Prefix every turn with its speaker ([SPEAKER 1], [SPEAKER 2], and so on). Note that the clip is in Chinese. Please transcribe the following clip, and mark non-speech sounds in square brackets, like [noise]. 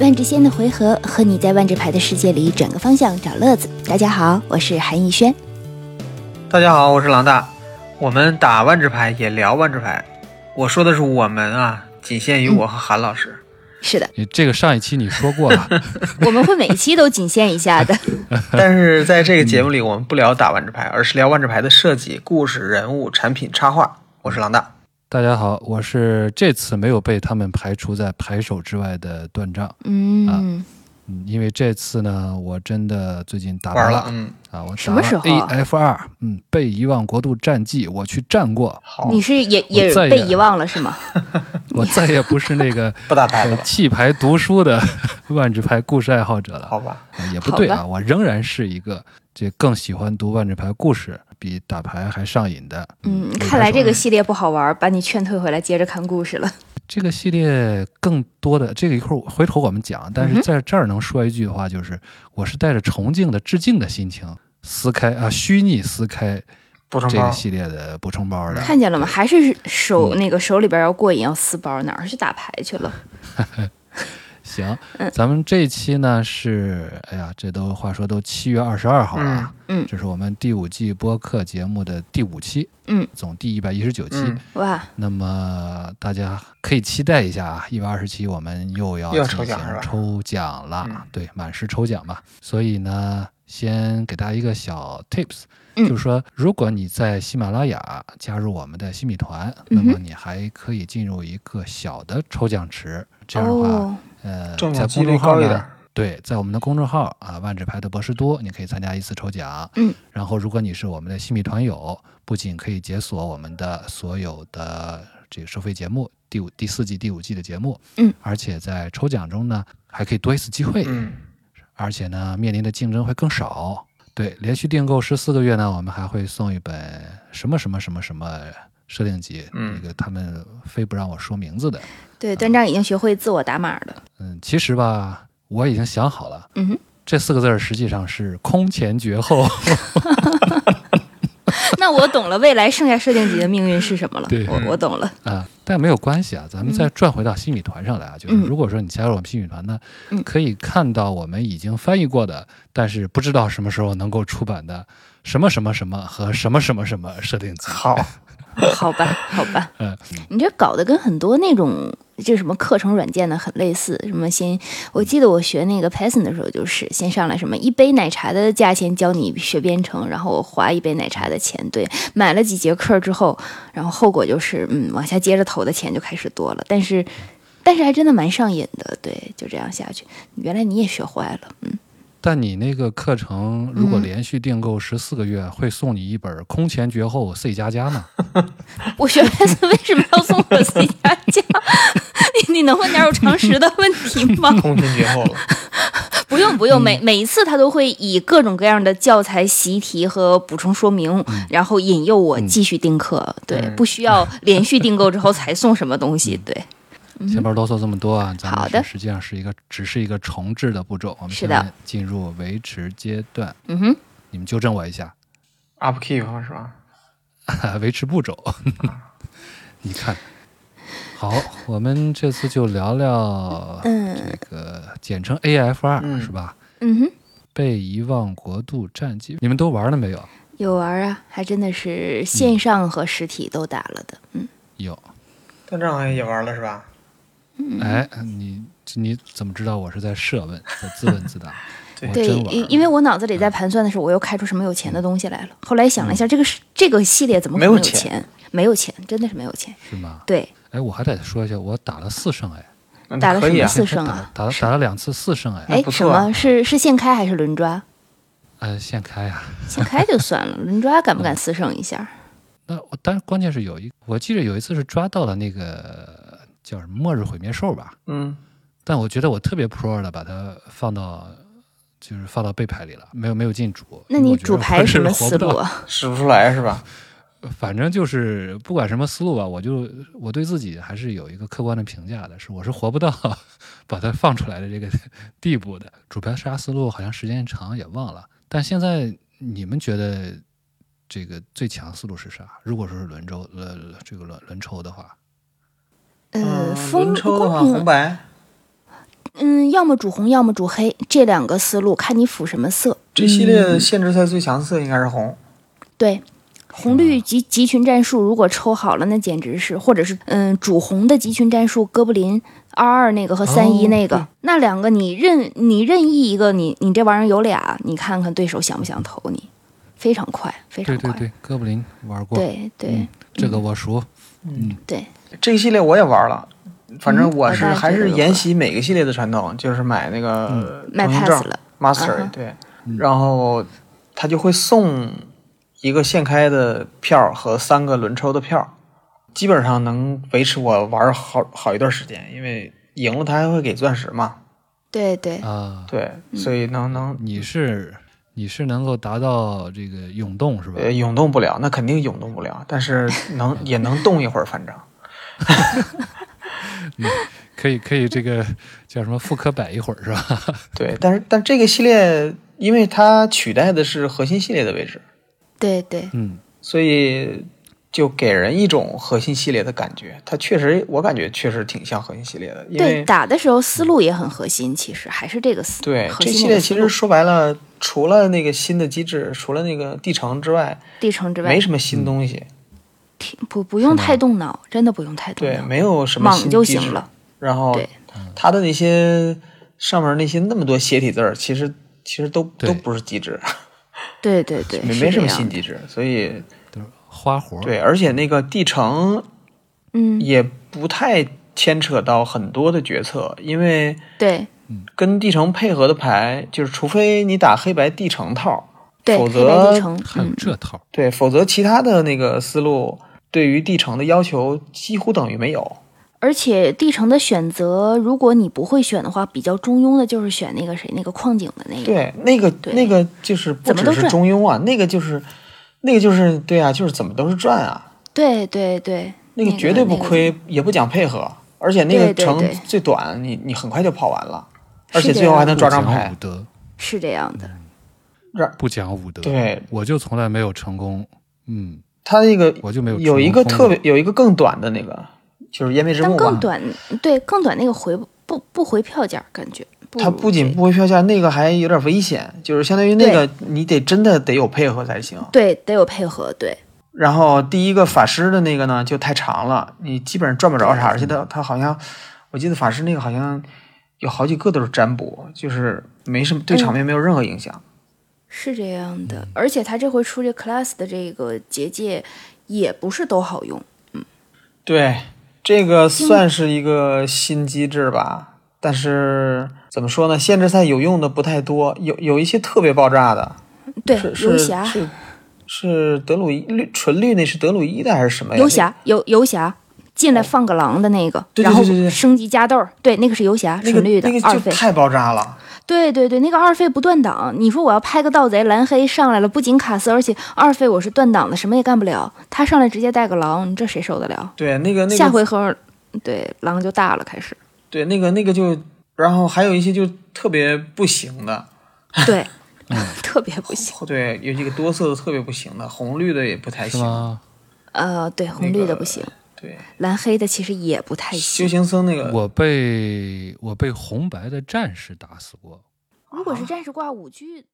[SPEAKER 1] 万智仙的回合和你在万智牌的世界里转个方向找乐子。大家好，我是韩逸轩。
[SPEAKER 2] 大家好，我是狼大。我们打万智牌也聊万智牌，我说的是我们啊，仅限于我和韩老师。
[SPEAKER 1] 是的，
[SPEAKER 3] 你这个上一期你说过了， [laughs]
[SPEAKER 1] 我们会每一期都仅限一下 [laughs] 的。
[SPEAKER 3] 嗯
[SPEAKER 2] 但是在这个节目里，我们不聊打万智牌，而是聊万智牌的设计、故事、人物、产品、插画。我是狼大。
[SPEAKER 3] 大家好，我是这次没有被他们排除在牌手之外的断章。
[SPEAKER 1] 嗯，
[SPEAKER 3] 嗯，因为这次呢，我真的最近打
[SPEAKER 2] 玩
[SPEAKER 3] 完
[SPEAKER 2] 了，嗯，
[SPEAKER 3] 啊，我
[SPEAKER 1] 什么时候
[SPEAKER 3] AF 二，嗯，被遗忘国度战记，我去战
[SPEAKER 2] [laughs]
[SPEAKER 3] 过，
[SPEAKER 2] 好，
[SPEAKER 1] 你是也也
[SPEAKER 3] 我再也
[SPEAKER 1] 被遗忘了是吗？
[SPEAKER 3] 我再也不是那
[SPEAKER 2] [laughs]
[SPEAKER 3] 个
[SPEAKER 2] 不打牌
[SPEAKER 3] 呃
[SPEAKER 2] 了吧，
[SPEAKER 3] 弃牌读书的 [laughs] 万智牌故事爱好者了。
[SPEAKER 2] 好吧，
[SPEAKER 3] 啊也不对
[SPEAKER 1] 好
[SPEAKER 3] 啊，我仍然是一个这更喜欢读万智牌故事，比打牌还上瘾的。
[SPEAKER 1] 嗯，
[SPEAKER 3] 魏
[SPEAKER 1] 看来
[SPEAKER 3] 白手
[SPEAKER 1] 这个系列不好玩，把你劝退回来接着看故事了。
[SPEAKER 3] 这个系列更多的这个一会儿我回头我们讲，但
[SPEAKER 1] 嗯哼
[SPEAKER 3] 是在这儿能说一句的话，就是我是带着崇敬的致敬的心情撕开啊，虚拟撕开
[SPEAKER 2] 补充
[SPEAKER 3] 这
[SPEAKER 2] 包
[SPEAKER 3] 个。系列的补充包的。
[SPEAKER 1] 看见了吗？还是
[SPEAKER 3] 嗯
[SPEAKER 1] 手那个手里边要过瘾，要撕包，哪儿去打牌去了？
[SPEAKER 3] 行，
[SPEAKER 1] 嗯
[SPEAKER 3] 咱们这一期呢是，哎呀，这都话说都七月二十二号了啊，
[SPEAKER 1] 嗯嗯
[SPEAKER 3] 这是我们第五季播客节目的第五期，
[SPEAKER 1] 嗯，
[SPEAKER 3] 总第一百一十九期。
[SPEAKER 2] 嗯，
[SPEAKER 1] 哇，
[SPEAKER 3] 那么大家可以期待一下啊，一百二十期我们又要
[SPEAKER 2] 又要
[SPEAKER 3] 进
[SPEAKER 2] 抽奖
[SPEAKER 3] 行
[SPEAKER 2] 是吧
[SPEAKER 3] 抽奖了，
[SPEAKER 2] 嗯
[SPEAKER 3] 对，满十抽奖嘛。所以呢，先给大家一个小 tips，、
[SPEAKER 1] 嗯
[SPEAKER 3] 就是说，如果你在喜马拉雅加入我们的新米团，
[SPEAKER 1] 嗯
[SPEAKER 3] 那
[SPEAKER 1] 哼
[SPEAKER 3] 么你还可以进入一个小的抽奖池，这样的话，
[SPEAKER 1] 哦、
[SPEAKER 3] 呃，
[SPEAKER 2] 中
[SPEAKER 3] 在
[SPEAKER 2] 奖几
[SPEAKER 3] 公
[SPEAKER 2] 率
[SPEAKER 3] 众号
[SPEAKER 2] 高一
[SPEAKER 3] 呢
[SPEAKER 2] 点。
[SPEAKER 3] 对，在我们的公众号啊，万智牌的博士多，你可以参加一次抽奖。
[SPEAKER 1] 嗯，
[SPEAKER 3] 然后如果你是我们的新米团友，不仅可以解锁我们的所有的这个收费节目，第五、第四季、第五季的节目。
[SPEAKER 1] 嗯，
[SPEAKER 3] 而且在抽奖中呢，还可以多一次机会，
[SPEAKER 2] 嗯，
[SPEAKER 3] 而且呢，面临的竞争会更少。对，连续订购十四个月呢，我们还会送一本什么什么什么什么设定集，
[SPEAKER 2] 嗯
[SPEAKER 3] 一个他们非不让我说名字的。
[SPEAKER 1] 对，段章已经学会自我打码
[SPEAKER 3] [laughs]
[SPEAKER 1] 了。
[SPEAKER 3] 嗯，其实吧，我已经想好了。
[SPEAKER 1] 嗯哼，
[SPEAKER 3] 这四个字儿实际上是空前绝后。 [laughs]
[SPEAKER 1] 那我懂了，未来剩下设定集的命运是什么了？
[SPEAKER 3] 对
[SPEAKER 1] 我我懂了。
[SPEAKER 3] 啊，但没有关系啊，咱们再转回到新米团上来啊，就是
[SPEAKER 1] 嗯
[SPEAKER 3] 如果说你加入我们新米团呢，
[SPEAKER 1] 嗯
[SPEAKER 3] 可以看到我们已经翻译过的，但是不知道什么时候能够出版的什么什么什么和什么什么什么设定集。
[SPEAKER 2] 好，
[SPEAKER 1] 好吧，好吧
[SPEAKER 3] 嗯，
[SPEAKER 1] 你这搞得跟很多那种就什么课程软件呢很类似。什么先，我记得我学那个 Python 的时候，就是先上来什么一杯奶茶的价钱教你学编程，然后我花一杯奶茶的钱，对，买了几节课之后，然后后果就是嗯，往下接着投的钱就开始多了，但是。但是还真的蛮上瘾的，对，就这样下去。原来你也学坏了，嗯，
[SPEAKER 3] 但你那个课程如果
[SPEAKER 1] 嗯
[SPEAKER 3] 连续订购十四个月，会送你一本《空前绝后 C 加加》呢？
[SPEAKER 1] 嗯我学 Python 为什么要送我 C 加加？ [laughs] 你你能问点有常识的问题吗？
[SPEAKER 2] 空前绝后
[SPEAKER 3] [laughs]
[SPEAKER 2] 了。
[SPEAKER 1] 不用
[SPEAKER 2] 嗯
[SPEAKER 1] 不用，每每一次他都会以各种各样的教材习题和补充说明，然后引诱我继续订课。对，
[SPEAKER 2] 嗯
[SPEAKER 1] 不需要连续订购之后才送什么东
[SPEAKER 2] [laughs]
[SPEAKER 1] 西。对，
[SPEAKER 3] 前面啰嗦这么多啊，咱
[SPEAKER 1] 嗯好
[SPEAKER 3] 们
[SPEAKER 1] 的
[SPEAKER 3] 是实际上是一个只是一个重置的步骤，我们
[SPEAKER 1] 是
[SPEAKER 3] 现
[SPEAKER 1] 的
[SPEAKER 3] 在进入维持阶段。
[SPEAKER 1] 嗯哼，
[SPEAKER 3] 你们纠正我一下， [laughs]
[SPEAKER 2] Upkeep 是吧？
[SPEAKER 3] 维持步骤。 [laughs] 你看，好，我们这次就聊聊
[SPEAKER 1] 嗯
[SPEAKER 3] 这个简称 AF 二、
[SPEAKER 2] 嗯
[SPEAKER 3] 是吧？
[SPEAKER 1] 嗯哼，
[SPEAKER 3] 被遗忘国度战记，你们都玩了没有？
[SPEAKER 1] 有玩啊，还真的是线上和实体都打了的。嗯，
[SPEAKER 3] 有，
[SPEAKER 2] 段章好像也玩了是吧？
[SPEAKER 1] 嗯
[SPEAKER 3] 哎，你你怎么知道我是在设问，在自问自答？
[SPEAKER 2] 对
[SPEAKER 1] [laughs]
[SPEAKER 3] 我
[SPEAKER 1] 对，
[SPEAKER 3] 真玩
[SPEAKER 1] 因因为我脑子里在盘算的时候，我又开出什么有钱的东西来了。后来想了一下，这个是这个系列怎么可能
[SPEAKER 2] 嗯没
[SPEAKER 1] 有
[SPEAKER 2] 有钱
[SPEAKER 1] 钱？没有钱，真的是没有钱。
[SPEAKER 3] 是吗？
[SPEAKER 1] 对，
[SPEAKER 3] 哎，我还得说一下，我打了四胜哎，
[SPEAKER 2] 那
[SPEAKER 1] 打了
[SPEAKER 2] 可以啊
[SPEAKER 1] 什么，四胜啊
[SPEAKER 3] 打打了打了两次四胜哎，
[SPEAKER 1] 哎，
[SPEAKER 2] 不
[SPEAKER 1] 什
[SPEAKER 2] 错啊
[SPEAKER 1] 么是是现开还是轮抓？
[SPEAKER 3] 呃，现开啊。
[SPEAKER 1] 现开就算了，轮抓敢不敢私胜一下？
[SPEAKER 3] 那我但关键是有一，我记得有一次是抓到了那个叫什么末日毁灭兽吧，
[SPEAKER 2] 嗯，
[SPEAKER 3] 但我觉得我特别 pro 的把它放到，就是放到备牌里了，没有没有进主。
[SPEAKER 1] 那
[SPEAKER 3] 因
[SPEAKER 1] 你
[SPEAKER 3] 为我觉
[SPEAKER 1] 主
[SPEAKER 3] 得
[SPEAKER 1] 牌
[SPEAKER 3] 我
[SPEAKER 1] 是什
[SPEAKER 3] 是
[SPEAKER 1] 么
[SPEAKER 3] 活
[SPEAKER 1] 思
[SPEAKER 3] 不到
[SPEAKER 1] 路？啊？
[SPEAKER 2] 使不出来是吧？
[SPEAKER 3] 反正就是不管什么思路吧，我就我对自己还是有一个客观的评价的，是我是活不到把它放出来的这个地步的。主牌杀思路好像时间长也忘了，但现在你们觉得这个最强思路是啥？如果说是轮抽呃这个轮轮抽的话，
[SPEAKER 1] 呃，
[SPEAKER 2] [laughs] 嗯，
[SPEAKER 1] 风
[SPEAKER 2] 轮抽的话，
[SPEAKER 1] 嗯
[SPEAKER 2] 红白
[SPEAKER 1] 嗯，要么煮红，要么煮黑，这两个思路看你辅什么色。
[SPEAKER 2] 这系
[SPEAKER 1] 嗯
[SPEAKER 2] 列限制赛最强色应该是红，
[SPEAKER 1] 对，红
[SPEAKER 3] 嗯
[SPEAKER 1] 绿集集群战术如果抽好了，那简直是，或者是嗯，主红的集群战术哥布林二二那个和三一
[SPEAKER 3] 哦
[SPEAKER 1] 那个，
[SPEAKER 3] 对
[SPEAKER 1] 那两个你任你任意一个，你你这玩意儿有俩，你看看对手想不想投你，非常快，非常
[SPEAKER 3] 对
[SPEAKER 1] 快
[SPEAKER 3] 对，对，哥布林玩过，
[SPEAKER 1] 对对
[SPEAKER 3] 嗯这个我熟。
[SPEAKER 1] 对
[SPEAKER 2] 这个系列我也玩了。反正我是
[SPEAKER 1] 嗯我大
[SPEAKER 2] 还
[SPEAKER 1] 概
[SPEAKER 2] 是
[SPEAKER 1] 知道
[SPEAKER 2] 沿袭每个系列的传统，就是买那个
[SPEAKER 1] 卖
[SPEAKER 2] 通
[SPEAKER 1] 嗯
[SPEAKER 2] 行
[SPEAKER 1] pass
[SPEAKER 2] 证
[SPEAKER 1] 了，
[SPEAKER 2] master，、
[SPEAKER 1] 嗯哼
[SPEAKER 2] 对
[SPEAKER 3] 嗯，
[SPEAKER 2] 然后他就会送一个现开的票和三个轮抽的票，基本上能维持我玩好好一段时间，因为赢了他还会给钻石嘛，
[SPEAKER 1] 对对，
[SPEAKER 3] 啊，
[SPEAKER 2] 对，
[SPEAKER 1] 嗯
[SPEAKER 2] 所以能能
[SPEAKER 3] 你是你是能够达到这个涌动是吧？
[SPEAKER 2] 呃涌动不了，那肯定涌动不了，但是能也能动一会儿，反正
[SPEAKER 3] 可以可以，这个叫什么复刻摆一会儿是吧？
[SPEAKER 2] 对，但是但这个系列因为它取代的是核心系列的位置，
[SPEAKER 1] 对对，
[SPEAKER 3] 嗯，
[SPEAKER 2] 所以就给人一种核心系列的感觉。它确实，我感觉确实挺像核心系列的，因
[SPEAKER 1] 对
[SPEAKER 2] 为
[SPEAKER 1] 打的时候思路也很核心，其实还是这个思
[SPEAKER 2] 对
[SPEAKER 1] 核
[SPEAKER 2] 这
[SPEAKER 1] 心
[SPEAKER 2] 系
[SPEAKER 1] 那个
[SPEAKER 2] 列
[SPEAKER 1] 思
[SPEAKER 2] 其
[SPEAKER 1] 路
[SPEAKER 2] 实说白了，除了那个新的机制，除了那个地城之外，
[SPEAKER 1] 地城之外嗯
[SPEAKER 2] 没什么新东西。
[SPEAKER 1] 挺不不用
[SPEAKER 3] 是吗
[SPEAKER 1] 太动脑，真的不用太动
[SPEAKER 2] 对，
[SPEAKER 1] 脑，
[SPEAKER 2] 没有什么
[SPEAKER 1] 莽
[SPEAKER 2] 新
[SPEAKER 1] 就
[SPEAKER 2] 机
[SPEAKER 1] 行
[SPEAKER 2] 制
[SPEAKER 1] 了。。
[SPEAKER 2] 然后
[SPEAKER 1] 对
[SPEAKER 2] 它的那些上面那些那么多斜体字儿，其实其实都
[SPEAKER 3] 对
[SPEAKER 2] 都不是机制，
[SPEAKER 1] 对对对，
[SPEAKER 2] 没
[SPEAKER 1] 是
[SPEAKER 2] 没
[SPEAKER 1] 这
[SPEAKER 2] 什么
[SPEAKER 1] 样
[SPEAKER 2] 新
[SPEAKER 1] 的
[SPEAKER 2] 机制，所以
[SPEAKER 3] 都是花活儿
[SPEAKER 2] 对，而且那个地城
[SPEAKER 1] 嗯，
[SPEAKER 2] 也不太牵扯到很多的决策，因为。
[SPEAKER 1] 对
[SPEAKER 2] 跟地城配合的牌，就是除非你打黑白地城套，
[SPEAKER 1] 对，
[SPEAKER 2] 否
[SPEAKER 1] 黑白地
[SPEAKER 2] 则
[SPEAKER 1] 城，
[SPEAKER 3] 还有
[SPEAKER 1] 嗯，
[SPEAKER 3] 这套儿，
[SPEAKER 2] 对，否则其他的那个思路对于地城的要求几乎等于没有。
[SPEAKER 1] 而且地城的选择，如果你不会选的话，比较中庸的就是选那个谁，那个矿井的那个，
[SPEAKER 2] 对，那个
[SPEAKER 1] 对
[SPEAKER 2] 那个就是不
[SPEAKER 1] 怎么都
[SPEAKER 2] 只是
[SPEAKER 1] 赚
[SPEAKER 2] 中庸啊，那个就是那个就是对啊，就是怎么都是赚啊，
[SPEAKER 1] 对对对，
[SPEAKER 2] 那个绝对不亏，，也不讲配合，而且那
[SPEAKER 1] 对
[SPEAKER 2] 个
[SPEAKER 1] 对
[SPEAKER 2] 城
[SPEAKER 1] 对
[SPEAKER 2] 最短，你你很快就跑完了，而
[SPEAKER 1] 是
[SPEAKER 2] 且
[SPEAKER 1] 这
[SPEAKER 2] 最后还
[SPEAKER 1] 样
[SPEAKER 2] 能
[SPEAKER 3] 不
[SPEAKER 2] 抓张
[SPEAKER 3] 讲
[SPEAKER 2] 牌
[SPEAKER 3] 武。德，
[SPEAKER 1] 是这样的，
[SPEAKER 2] 让
[SPEAKER 3] 不讲武德。，
[SPEAKER 2] 对
[SPEAKER 3] 我就从来没有成功。嗯，
[SPEAKER 2] 他那个
[SPEAKER 3] 我就没有
[SPEAKER 2] 有一
[SPEAKER 3] 成
[SPEAKER 2] 个
[SPEAKER 3] 功
[SPEAKER 2] 特
[SPEAKER 3] 过
[SPEAKER 2] 别有一个更短的那个，就是烟灭之
[SPEAKER 1] 但
[SPEAKER 2] 墓吧。
[SPEAKER 1] 更短，对更短那个回不不不回票价，感觉
[SPEAKER 2] 它
[SPEAKER 1] 不
[SPEAKER 2] 不
[SPEAKER 1] 如
[SPEAKER 2] 仅
[SPEAKER 1] 这
[SPEAKER 2] 不会票价，那个还有点危险，就是相当于那个你得真的得有配合才行。
[SPEAKER 1] 对得有配合，对
[SPEAKER 2] 然后第一个法师的那个呢就太长了，你基本上赚不着啥，而且它它好像我记得法师那个好像有好几个都是占卜，就是没什么
[SPEAKER 1] 嗯
[SPEAKER 2] 对场面没有任何影响。
[SPEAKER 1] 是这样
[SPEAKER 2] 嗯
[SPEAKER 1] 的，而且他这回出这 class 的这个结界也不是都好用，
[SPEAKER 2] 对，这
[SPEAKER 1] 嗯
[SPEAKER 2] 个算是一个新机制吧。但是怎么说呢？限制赛有用的不太多，有有一些特别爆炸的，
[SPEAKER 1] 对
[SPEAKER 2] 是是
[SPEAKER 1] 游侠
[SPEAKER 2] 是是德鲁伊绿纯绿那是德鲁伊的还是什么呀？
[SPEAKER 1] 游侠游游侠进来放个狼的那个，
[SPEAKER 2] 哦对对
[SPEAKER 1] 然后
[SPEAKER 2] 对对对
[SPEAKER 1] 升级加豆儿，对，那个是游侠，
[SPEAKER 2] 那
[SPEAKER 1] 纯
[SPEAKER 2] 个
[SPEAKER 1] 绿的、
[SPEAKER 2] 那
[SPEAKER 1] 二
[SPEAKER 2] 个就
[SPEAKER 1] 费，
[SPEAKER 2] 太爆炸了。
[SPEAKER 1] 对对对，那个二费不断档，你说我要拍个盗贼蓝黑上来了，不仅卡斯，而且二费我是断档的，什么也干不了，他上来直接带个狼，你这谁受得了？
[SPEAKER 2] 对，那个那
[SPEAKER 1] 下
[SPEAKER 2] 个
[SPEAKER 1] 回合对狼就大了，开
[SPEAKER 2] [laughs]
[SPEAKER 1] 始
[SPEAKER 2] 对那个那个就，然后还有一些就特别不行的，
[SPEAKER 1] 对，
[SPEAKER 2] 嗯
[SPEAKER 1] 特别不行，
[SPEAKER 2] 对，有几个多色的特别不行的，红绿的也不太
[SPEAKER 3] 是
[SPEAKER 2] 行。
[SPEAKER 3] 吗？
[SPEAKER 1] 呃，对红绿的不行，
[SPEAKER 2] 对，
[SPEAKER 1] 蓝黑的其实也不太
[SPEAKER 2] 修
[SPEAKER 1] 行。
[SPEAKER 2] 行僧那个
[SPEAKER 3] 我被我被红白的战士打死过。
[SPEAKER 1] 如果是战士挂五具